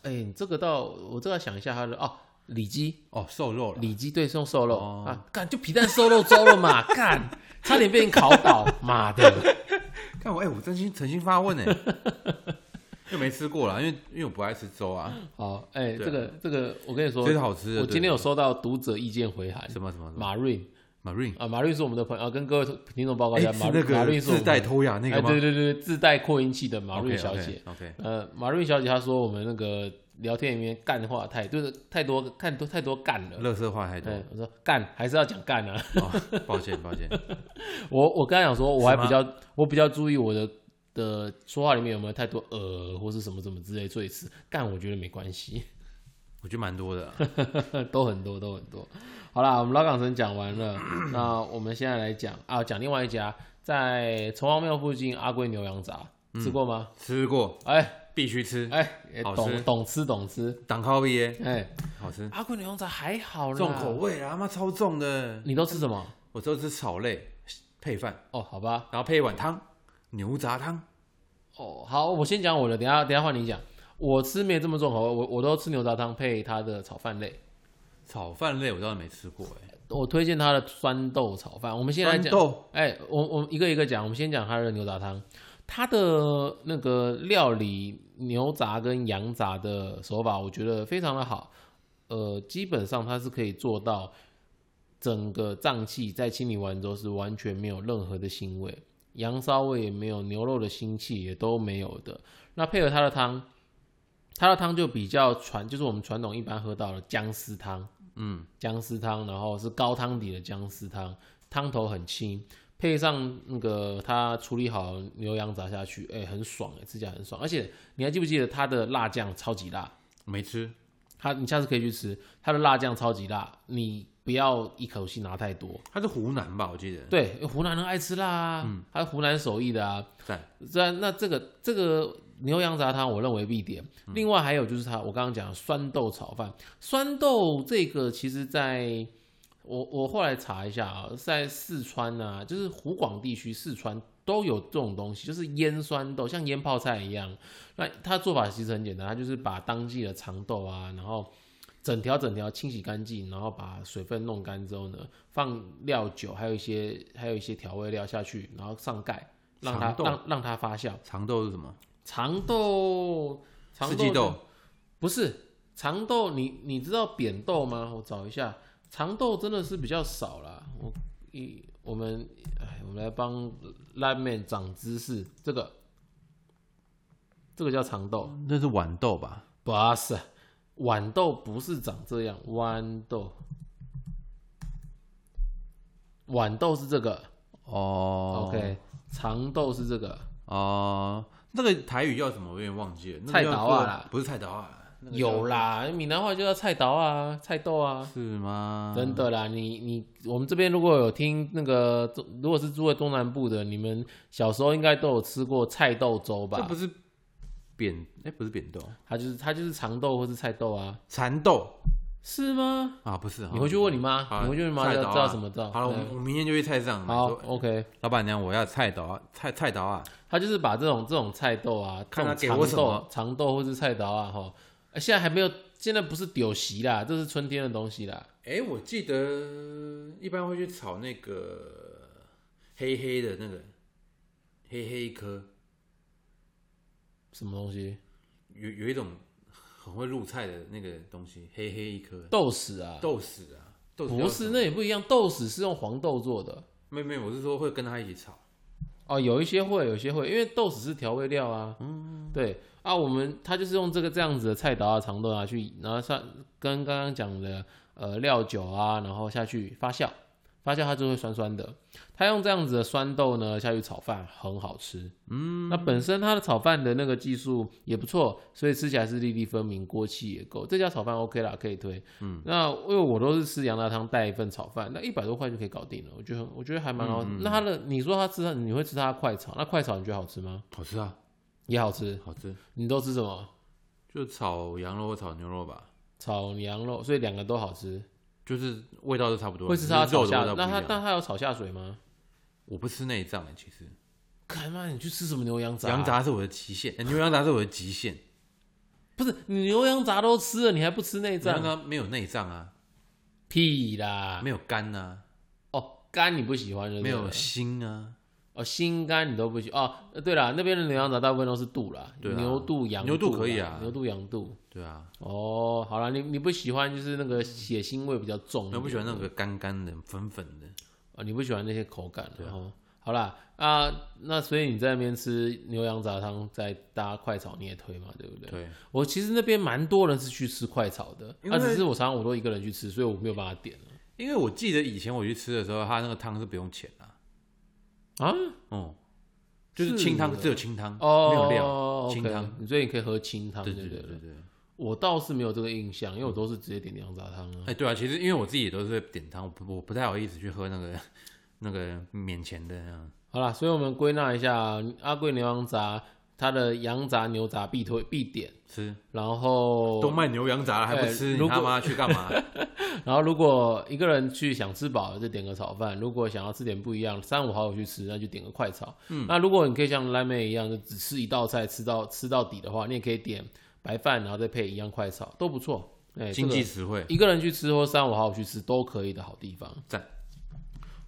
A: 哎、你这个到我这个要想一下他的哦，里脊，
B: 哦，瘦肉了，
A: 里脊对，是用瘦肉、
B: 哦
A: 啊，干就皮蛋瘦肉粥了嘛，干，差点被你烤倒，妈的。
B: 看我，哎，我真心诚心发问哎，
A: [laughs]
B: 又没吃过啦，因为因为我不爱吃粥啊，
A: 好，哎、
B: 对啊
A: 这个这个，我跟你说
B: 这，是好吃的。
A: 我今
B: 对
A: 天有收到读者意见回函，
B: 什么什么什么
A: 马瑞。
B: marine，
A: 啊，马瑞是我们的朋友，啊、跟各位听众报告一下，
B: 哎，
A: 马
B: 是
A: 瑞
B: 那
A: 马瑞
B: 个
A: 是我
B: 自
A: 们
B: 带偷牙那
A: 哎
B: 个吗？
A: 对对对，自带扩音器的马瑞小姐。
B: ，OK，
A: 呃，马瑞小姐她说我们那个聊天里面干话太就是太多，看多太多干了。
B: 乐色话太多
A: 嗯，，我说干还是要讲干啊。
B: 哦抱歉抱歉，
A: 我我跟她讲说，我还
B: 是吗
A: 比较我比较注意我的的说话里面有没有太多呃或是什么什么之类赘词，干我觉得没关系，
B: 我觉得蛮多的啊，
A: [laughs] 都很多都很多。好啦，我们老港城讲完
B: [clears throat]
A: 了，那我们现在来讲啊，讲另外一家在城隍庙附近阿贵牛羊杂，吃过吗？
B: 吃过
A: 哎
B: 必须吃，
A: 哎、也
B: 嗯好吃
A: 懂懂吃懂吃，
B: 挡靠耶，
A: 哎，
B: 好吃，
A: 阿贵牛羊杂还好啦，
B: 重口。味啊，妈超重的，
A: 你都吃什么？
B: 我都吃炒类配饭，
A: 哦，好吧，
B: 然后配一碗汤，牛杂汤，
A: 哦，好，我先讲我的，等一下等一下换你讲。我吃没这么重口味，我我都吃牛杂汤配它的炒饭类。
B: 炒饭类我倒是没吃过哎，
A: 我推荐它的酸豆炒饭。我们先来
B: 酸
A: 讲，
B: 豆
A: 哎、我我一个一个讲，我们先讲它的牛杂汤。它的那个料理牛杂跟羊杂的手法，我觉得非常的好。呃，基本上它是可以做到整个脏器在清理完之后是完全没有任何的腥味，羊骚味也没有，牛肉的腥气也都没有的。那配合它的汤，它的汤就比较传，就是我们传统一般喝到的姜丝汤。姜丝汤，然后是高汤底的姜丝汤，汤头很清，配上那个它处理好牛羊杂下去，哎、很爽哎、吃起来很爽。而且你还记不记得它的辣酱超级辣？
B: 没吃，
A: 它你下次可以去吃，它的辣酱超级辣，你不要一口气拿太多。
B: 它是湖南吧，我记得，
A: 对，湖南人爱吃辣啊，还有湖南手艺的啊，
B: 赞，
A: 这那这个这个牛羊杂汤，我认为必点。
B: 嗯
A: 另外还有就是它，我刚刚讲的酸豆炒饭，酸豆这个其实在我我后来查一下啊，在四川啊，就是湖广地区，四川都有这种东西，就是腌酸豆，像腌泡菜一样。那它做法其实很简单，它就是把当季的长豆啊，然后整条整条清洗干净，然后把水分弄干之后呢，放料酒，还有一些还有一些调味料下去，然后上盖，让它
B: 长豆
A: 让让它发酵。
B: 长豆是什么？
A: 长豆，长
B: 四
A: 豆
B: 季
A: 就
B: 豆
A: 不是长豆，你你知道扁豆吗？我找一下，长豆真的是比较少啦。我一我们哎，我们来帮烂面长知识，这个这个叫长豆，
B: 那是豌豆吧？
A: 不是豌豆，不是长这样，豌豆，豌豆是这个、
B: 哦
A: o k 长豆是这个，
B: 哦，那个台语叫什么？我有点忘记了。那
A: 菜
B: 个叫
A: 刀
B: 做
A: 啊啦
B: 不是菜刀啊，那个叫
A: 有啦，闽南话就叫菜刀啊，菜豆啊。
B: 是吗？
A: 真的啦，你你我们这边如果有听那个中，如果是住在中南部的，你们小时候应该都有吃过菜豆粥
B: 这
A: 吧
B: 不？是扁哎，不是扁豆，
A: 它就是它就是长豆或是菜豆啊，
B: 蚕豆
A: 是吗？
B: 啊，不是。
A: 你回去问你妈
B: 好，
A: 你回去问你妈
B: 菜
A: 知
B: 刀
A: 道
B: 啊
A: 知道什么知道？
B: 好了，我
A: 对
B: 我明天就去菜市场买。
A: 好
B: 说
A: ，OK，
B: 老板娘，我要菜刀啊，菜菜刀啊，
A: 他就是把这种这种菜豆啊，这
B: 看他
A: 种
B: 给我
A: 长
B: 什么
A: 豆、长豆或是菜刀啊，哈，呃现在还没有，现在不是丢席啦，这是春天的东西啦。
B: 哎、我记得一般会去炒那个黑黑的那个黑黑一颗，
A: 什么东西？
B: 有有一种很会入菜的那个东西，黑黑一颗
A: 豆豉啊？
B: 豆豉啊，豆豉
A: 不是，那也不一样，豆豉是用黄豆做的。
B: 妹妹，我是说会跟他一起炒。
A: 哦，有一些会，有一些会，因为豆豉是调味料啊。嗯，对啊，我们他就是用这个这样子的菜刀啊、长豆拿去，然后上跟刚刚讲的呃料酒啊，然后下去发酵，发酵它就会酸酸的。他用这样子的酸豆呢下去炒饭，很好吃。嗯，那本身它的炒饭的那个技术也不错，所以吃起来是粒粒分明，锅气也够。这家炒饭 OK 啦，可以推。嗯，那因为我都是吃羊杂汤带一份炒饭，那一百多块就可以搞定了，我觉得很我觉得还蛮
B: 嗯
A: 好。那它的你说它吃它你会吃它的快炒，那快炒你觉得好吃吗？
B: 好吃啊，
A: 也好吃。
B: 好吃，
A: 你都吃什么？
B: 就炒羊肉或炒牛肉吧，
A: 炒羊肉，所以两个都好吃。
B: 就是味道是差不多的，
A: 会吃它
B: 只是
A: 炒
B: 肉的
A: 下
B: 味，道不
A: 那
B: 一
A: 它
B: 样。
A: 但它有炒下水吗？
B: 我不吃内脏、欸，其实
A: 看嘛，你去吃什么牛羊杂？
B: 羊杂是我的极限、欸牛羊杂是我的极
A: [laughs]
B: 限，
A: 不是你牛羊杂都吃了，你还不吃内
B: 牛羊
A: 脏？
B: 杂没有内脏啊，
A: 屁啦！
B: 没有肝啊，
A: 哦，肝你不喜欢就对
B: 没有
A: 了
B: 心啊，
A: 哦，心肝你都不喜哦。呃对啦，那边的牛羊杂大部分都是肚啦，
B: 对啊
A: 牛肚、羊
B: 牛
A: 肚
B: 肚可以
A: 啦
B: 啊
A: 牛肚、羊肚。
B: 对啊。
A: 哦，好啦，你你不喜欢就是那个血腥味比较重一点，
B: 我不喜欢那个干干的、粉粉的。
A: 哦，你不喜欢那些口感了，然后、好啦啊，那所以你在那边吃牛羊杂汤，在搭快炒你也推嘛，对不对？
B: 对，
A: 我其实那边蛮多人是去吃快炒的，
B: 因
A: 那、
B: 为
A: 只是我常常我都一个人去吃，所以我没有办法点了
B: 因为我记得以前我去吃的时候，它那个汤是不用钱啊，
A: 啊。
B: 哦、就是
A: 是
B: 清汤，
A: 哦
B: 只有清汤，
A: 哦，
B: 没有料，
A: OK，
B: 清汤。
A: 你所以你可以喝清汤，
B: 对
A: 对
B: 对
A: 不
B: 对对嗯对。
A: 我倒是没有这个印象，因为我都是直接点羊杂汤啊。
B: 哎，对啊，其实因为我自己也都是会点汤，我不我不太好意思去喝那个那个免钱的嗯那样。
A: 好啦，所以我们归纳一下，阿贵牛羊杂，它的羊杂、牛杂必推必点，
B: 吃
A: 然后
B: 都卖牛羊杂了还不
A: 哎
B: 吃，
A: 如
B: 你他
A: 果哎
B: 妈去
A: [laughs]
B: 干嘛？
A: 然后如果一个人去想吃饱了，就点个炒饭；如果想要吃点不一样，三五好友去吃，那就点个快炒。嗯，那如果你可以像拉妹一样，就只吃一道菜吃到吃到底的话，你也可以点白饭，然后再配一样快炒，都不错。哎、
B: 经济
A: 这
B: 实惠
A: 个、，一个人去吃或三五好友去吃都可以的好地方。
B: 赞。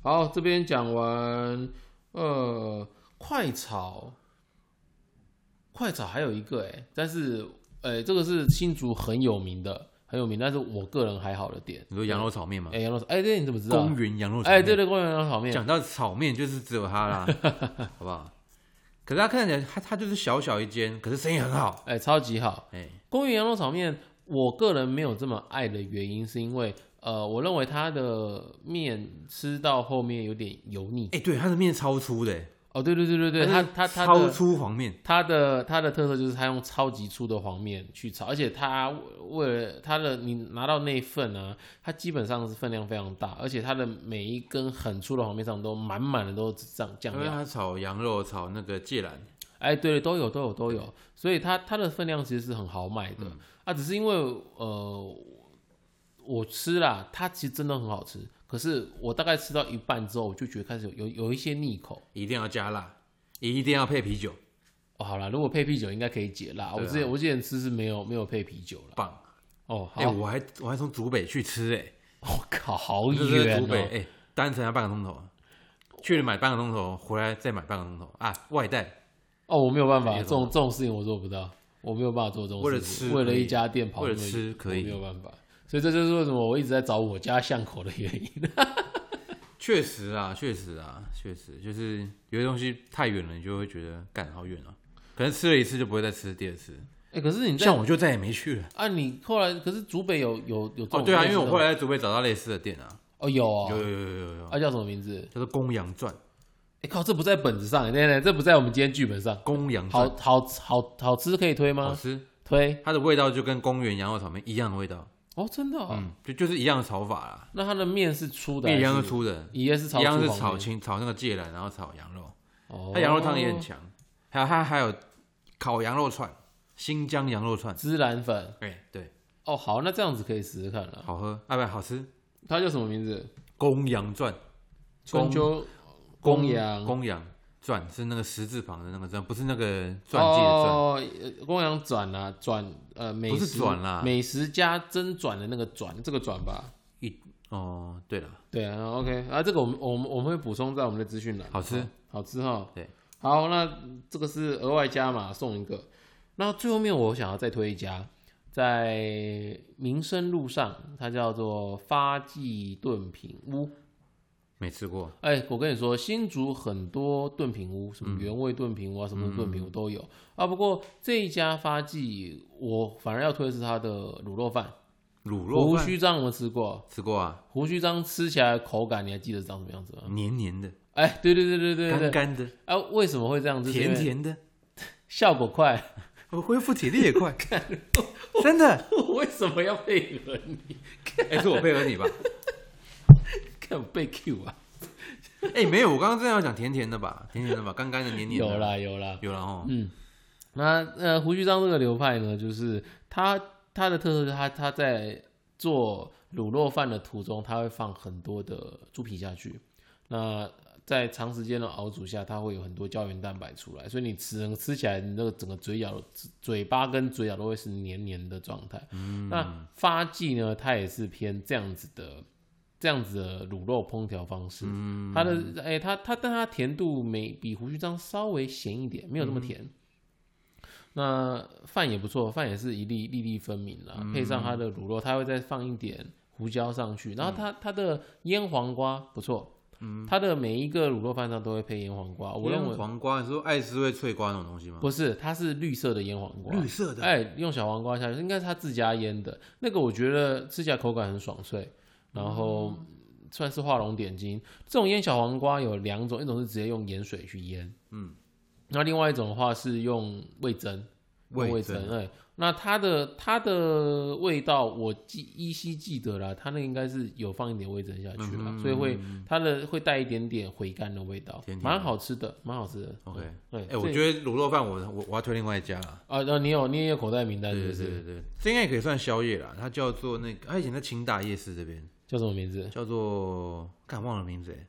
A: 好，这边讲完，呃，快炒，快炒还有一个哎、但是呃，这个是新竹很有名的，很有名，但是我个人还好的点。
B: 你说羊肉炒面吗？
A: 哎、羊肉炒，哎、对，你怎么知道？
B: 公园羊肉炒
A: 哎、
B: 面。
A: 对对，公园羊肉炒面，
B: 讲到炒面，就是只有它
A: [laughs]
B: 啦，好不好？可是它看起来，它它就是小小一间，可是生意很好。
A: 哎、超级好。
B: 哎，
A: 公园羊肉炒面，我个人没有这么爱的原因，是因为呃，我认为它的面吃到后面有点油腻。
B: 哎、对，它的面超粗的欸，
A: 哦，对对对对对，它
B: 它是
A: 它它
B: 超
A: 的
B: 粗黄面，
A: 它的它的特色就是它用超级粗的黄面去炒，而且它为了它的你拿到那一份啊，它基本上是分量非常大，而且它的每一根很粗的黄面上都满满的都是酱酱
B: 因
A: 料
B: 为。它炒羊肉、炒那个芥兰，
A: 哎，对，都有，都有，都有，所以它它的分量其实是很豪迈的、
B: 嗯
A: 啊，只是因为呃，我吃啦，它其实真的很好吃，可是我大概吃到一半之后，我就觉得开始有有有一些腻口。
B: 一定要加辣，一定要配啤酒，
A: 哦，好啦，如果配啤酒应该可以解辣。我
B: 对啊
A: 之前我之前吃是没有没有配啤酒了。
B: 棒！
A: 哦，好，
B: 哎、我还我还从竹北去吃、欸，
A: 我靠，好
B: 哎，就是在
A: 远
B: 竹北，哎、
A: 哦！
B: 单程要半个钟头，去了买半个钟头，回来再买半个钟头啊，外带
A: 哦，我没有办法，
B: 也
A: 这
B: 很
A: 种这种事情我做不到，我没有办法做这种
B: 为
A: 事
B: 了
A: 情。
B: 吃
A: 为了
B: 可以
A: 一家店跑
B: 为了
A: 那么
B: 吃
A: 远
B: 可以
A: 我没有办法。所以这就是为什么我一直在找我家巷口的原因。 [laughs]
B: 确实啊，确实啊，确实就是有些东西太远了，你就会觉得干好远啊。可能吃了一次就不会再吃第二次，
A: 哎、可是你在
B: 像我就再也没去了。
A: 啊，你后来可是竹北有有有这
B: 哦，
A: 种
B: 对啊，
A: 类
B: 因
A: 似
B: 为我
A: 的
B: 后来在竹北找到类似的店啊，
A: 哦有哦
B: 有有有有有有，
A: 啊叫什么名字？
B: 叫做《公羊传》，《
A: 哎、靠，这不在本子上，对对，这不在我们今天剧本上。
B: 公羊传
A: 好》好好好吃可以推
B: 嗯好
A: 吗？
B: 吃，
A: 推
B: 它的味道就跟公园羊肉炒面一样的味道，
A: 哦，真的、哦。
B: 嗯，就就是一样的炒法啦，
A: 那它的面是粗的还
B: 面
A: 是，
B: 一样是粗的，
A: 也是
B: 一
A: 炒
B: 样是
A: 粗黄
B: 炒
A: 面，
B: 青炒那个芥兰，然后炒羊肉，
A: 哦
B: 它羊肉汤也很强，还有它还有烤羊肉串，新疆羊肉串，
A: 孜然粉。
B: 哎对，
A: 哦，好，那这样子可以试试看了。
B: 好喝，啊不好吃，《
A: 它叫什么名字？
B: 公羊传》
A: 春
B: 公
A: 秋
B: 公
A: 羊
B: 公羊传是那个十字旁的那个传，不是那个钻戒的钻，
A: 哦，呃公羊转啊转呃美食
B: 不是转啦
A: 美食加真转的那个转，这个转吧。
B: 哦对了，
A: 对啊，OK 啊，这个我们我们我们会补充在我们的资讯栏。
B: 好吃
A: 哦，好吃哈。
B: 对，
A: 好，那这个是额外加码送一个。那最后面我想要再推一家，在民生路上，它叫做发记炖品屋。
B: 没吃过，
A: 哎、我跟你说，新竹很多炖品屋，
B: 嗯
A: 什么原味炖品屋啊，什么炖品屋都有、啊。不过这一家发记，我反而要推的是它的卤肉饭，
B: 卤肉
A: 胡
B: 饭
A: 须章有没有吃过？
B: 吃过啊，
A: 胡须章吃起来的口感你还记得长什么样子吗？
B: 黏黏的，
A: 哎、对对对对对对
B: 干干的，
A: 啊，为什么会这样？就是因
B: 甜
A: 为
B: 甜的。
A: 效果快。 [laughs]
B: 我恢复体力也快，真的。
A: 我为什么要配合你？
B: 哎、是我配合你吧？
A: 看我被 Q 啊！
B: 哎、没有，我刚刚正要讲甜甜的吧，甜甜的吧，干干的，黏黏的。
A: 有，啦有啦。
B: 有了哦。
A: 那呃，胡须章这个流派呢，就是他他的特色就是他他在做卤肉饭的途中，他会放很多的猪皮下去。那在长时间的熬煮下，它会有很多胶原蛋白出来，所以你吃能吃起来，你那个整个嘴角、嘴巴跟嘴角都会是黏黏的状态。那发鲫呢，它也是偏这样子的。这样子的卤肉烹调方式，它的哎、它它但它甜度没比胡须章稍微咸一点，没有那么甜。那饭也不错，饭也是一粒粒粒分明啦，配上它的卤肉，它会再放一点胡椒上去，然后它它的腌黄瓜不错，嗯，它的每一个卤肉饭上都会配腌黄瓜，我认为
B: 黄瓜，你说爱滋味脆瓜那种东西吗？
A: 不是，它是绿色的腌黄瓜，
B: 绿色的，
A: 哎、用小黄瓜下去，应该是他自家腌的。那个我觉得吃起来口感很爽脆，然后
B: 哦
A: 算是画龙点睛。这种腌小黄瓜有两种，一种是直接用盐水去腌，
B: 嗯，
A: 那另外一种的话是用味增，用
B: 味
A: 增
B: 增。
A: 哎、那它的它的味道我记依稀记得啦，它那应该是有放一点味增下去了，
B: 嗯哼
A: 所以会它的会带一点点回甘的味道，
B: 甜甜的
A: 蛮好吃的，蛮好吃的。
B: OK，
A: 对，
B: 哎、我
A: 这
B: 觉得卤肉饭，我我我要推另外一家啦。
A: 啊，那你有你也有口袋名单是
B: 对
A: 不
B: 对对
A: 是？
B: 对，这应该也可以算宵夜啦。它叫做那个，它啊以前在清大夜市这边，
A: 叫什么名字？
B: 叫做干忘了名字哎。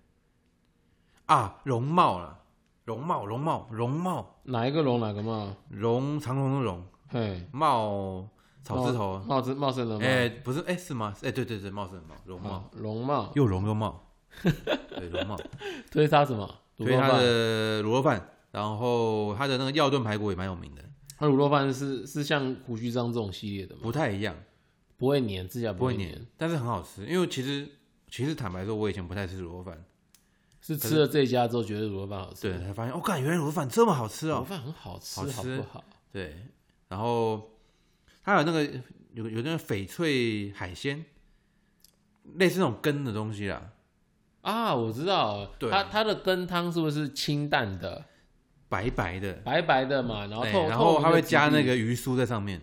B: 啊，容貌啦，容貌，容貌，容貌，
A: 哪一个龙哪个嘛？
B: 容长龙的容，
A: 嘿，
B: 貌草字头，
A: 茂字茂盛的茂，
B: 哎、不是，哎、是吗？哎、对对对，茂盛茂容茂，
A: 好龙茂，
B: 又容又茂，
A: [laughs]
B: 对容茂，
A: 推他什么？卤
B: 所以
A: 肉
B: 他
A: 饭，
B: 的卤肉饭，然后他的那个药炖排骨也蛮有名的，
A: 他卤肉饭是是像胡须章这种系列的吗？
B: 不太一样，
A: 不会粘，指甲
B: 不会
A: 会
B: 黏
A: 粘，，
B: 但是很好吃。因为其实其实坦白说，我以前不太吃卤肉饭，
A: 是吃了这一家之后觉得卤肉饭好吃。
B: 对，才发现，哦，干，原来卤肉饭这么好吃
A: 卤肉
B: 哦。
A: 饭很好吃，
B: 好吃
A: 好不好？
B: 对，然后它有那个有有那个翡翠海鲜，类似那种根的东西啦，
A: 啊，我知道了，
B: 对
A: 它它的羹汤是不是清淡的、
B: 白白的，
A: 白白的嘛？然后
B: 哎
A: 哦透，
B: 然
A: 透
B: 后
A: 明
B: 它
A: 的
B: 会
A: 质
B: 加
A: 地
B: 那个嗯鱼酥在上面。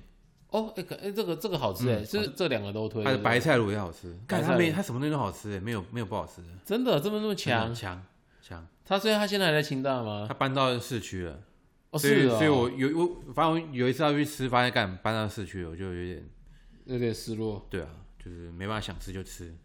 A: 哦，哎，可哎，这个这个好吃哎，是这两个都推，
B: 它的
A: 对不对
B: 白菜卤也好吃，
A: 白
B: 干
A: 菜
B: 它没
A: 卤
B: 它什么东西都好吃，欸没有没有不好吃的。
A: 真的这么那么
B: 真
A: 强
B: 的？强强，
A: 他所以他现在还在清淡吗
B: 他？搬到市区了，
A: 啊哦，
B: 所以
A: 是哦，
B: 所以我有我反正我有一次要去吃，发现干搬到市区了，我就有点
A: 有点失落。
B: 对啊，就是没办法想吃就吃，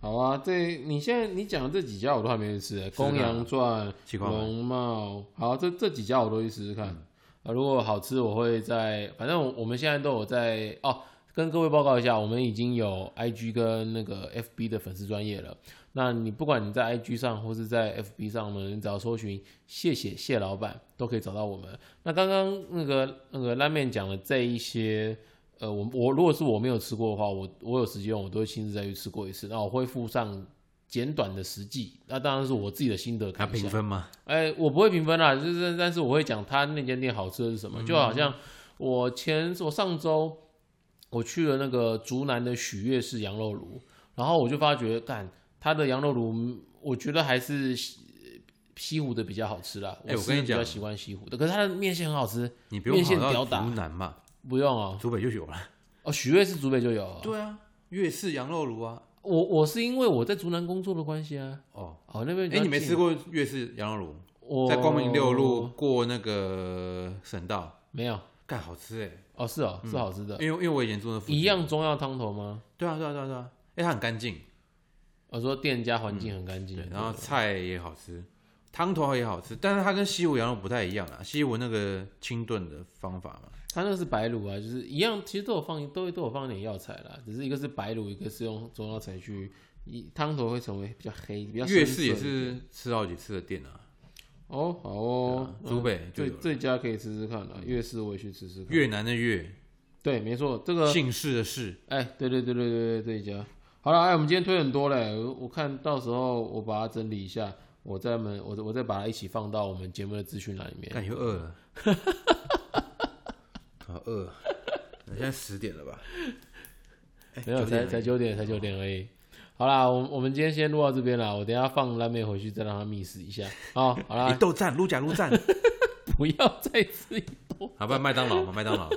A: 好啊，这你现在你讲的这几家我都还没去吃、欸，公羊传、
B: 奇怪吗？
A: 龙茂，好，这这几家我都去试试看。啊，如果好吃，我会在，反正我我们现在都有在哦，跟各位报告一下，我们已经有 IG 跟那个 FB 的粉丝专业了。那你不管你在 IG 上或是在 FB 上呢，你只要搜寻“谢谢谢老板”，都可以找到我们。那刚刚那个那个拉面讲的这一些，呃，我我如果是我没有吃过的话，我我有时间我都会亲自再去吃过一次。那我会附上简短的实际，那当然是我自己的心得
B: 他
A: 感想
B: 评。分吗？
A: 哎、我不会评分啦，就是但是我会讲他那间店好吃的是什
B: 嗯
A: 么，就好像我前我上周我去了那个竹南的许悦式羊肉炉，然后我就发觉，干他的羊肉炉，嗯我觉得还是西西湖的比较好吃啦。
B: 哎我
A: 是
B: 跟你
A: 比较
B: 讲
A: 喜欢西湖的，可是他的面线很好吃，
B: 你不用
A: 面线
B: 跑
A: 屌
B: 到
A: 打
B: 湖南嘛，
A: 不用哦。
B: 湖北就有了。
A: 哦，许悦是竹北就有哦、
B: 对啊，粤式羊肉炉啊。
A: 我我是因为我在竹南工作的关系啊。
B: 哦，
A: 哦，那边
B: 哎，你没吃
A: 过？
B: 过粤式羊肉炉？
A: 我
B: 在光明六路过那个省道，
A: 没有。
B: 干好吃哎！
A: 哦，是哦，是好吃的。
B: 因为因为我以前住那附近
A: 一。样中药汤头吗？
B: 对啊，对啊，对啊，对啊。哎，它很干净，
A: 我哦说店家环境很干净、
B: 嗯对，然后菜也好吃，汤头也好吃，但是它跟西湖羊肉不太一样啊。西湖那个清炖的方法嘛，
A: 它那个是白卤啊，就是一样，其实都有放都都有放一点药材啦，只是一个是白卤，一个是用中药材去，一汤头会成为比较黑，比较
B: 粤式也
A: 深色
B: 是吃好几次的店啊。
A: 哦，好哦，
B: 对啊竹北
A: 这
B: 就有了嗯
A: 这家可以试试看啦，粤式我也去吃吃看。
B: 越南的越，
A: 对，没错，这个
B: 姓氏的氏，
A: 哎，对对对对对对，这一家好了，哎，我们今天推很多嘞，我我看到时候我把它整理一下，我再们我我再把它一起放到我们节目的资讯栏里面。
B: 感觉饿
A: [laughs]
B: 了，好饿啊。现在十点了吧？
A: [laughs]
B: 哎
A: 没有，
B: 九
A: 才
B: 点了
A: 才九点，才九点而已。好啦，我我们今天先录到这边啦，我等一下放拉面回去，再让他觅食一下。 [laughs] 好，好
B: 你
A: 啦，
B: 哎豆赞，撸甲撸
A: [laughs]
B: 赞，
A: 不要再吃一波，
B: 好吧，麦当劳嘛，麦当劳。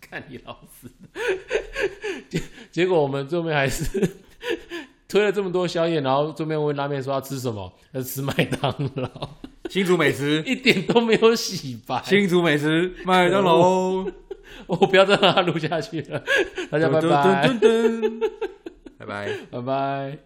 A: 看你老师的。 [laughs] 结结果我们最后面还是 [laughs] 推了这么多宵夜，然后最后面问拉面说要吃什么，要吃麦当劳，
B: 新竹
A: [laughs]
B: 美食，
A: 一点都没有洗白。
B: 新竹美食，麦当劳。
A: 我不要再
B: [laughs]
A: 让他录下去了，大家拜拜，
B: 噔噔噔噔，拜拜。
A: 拜拜。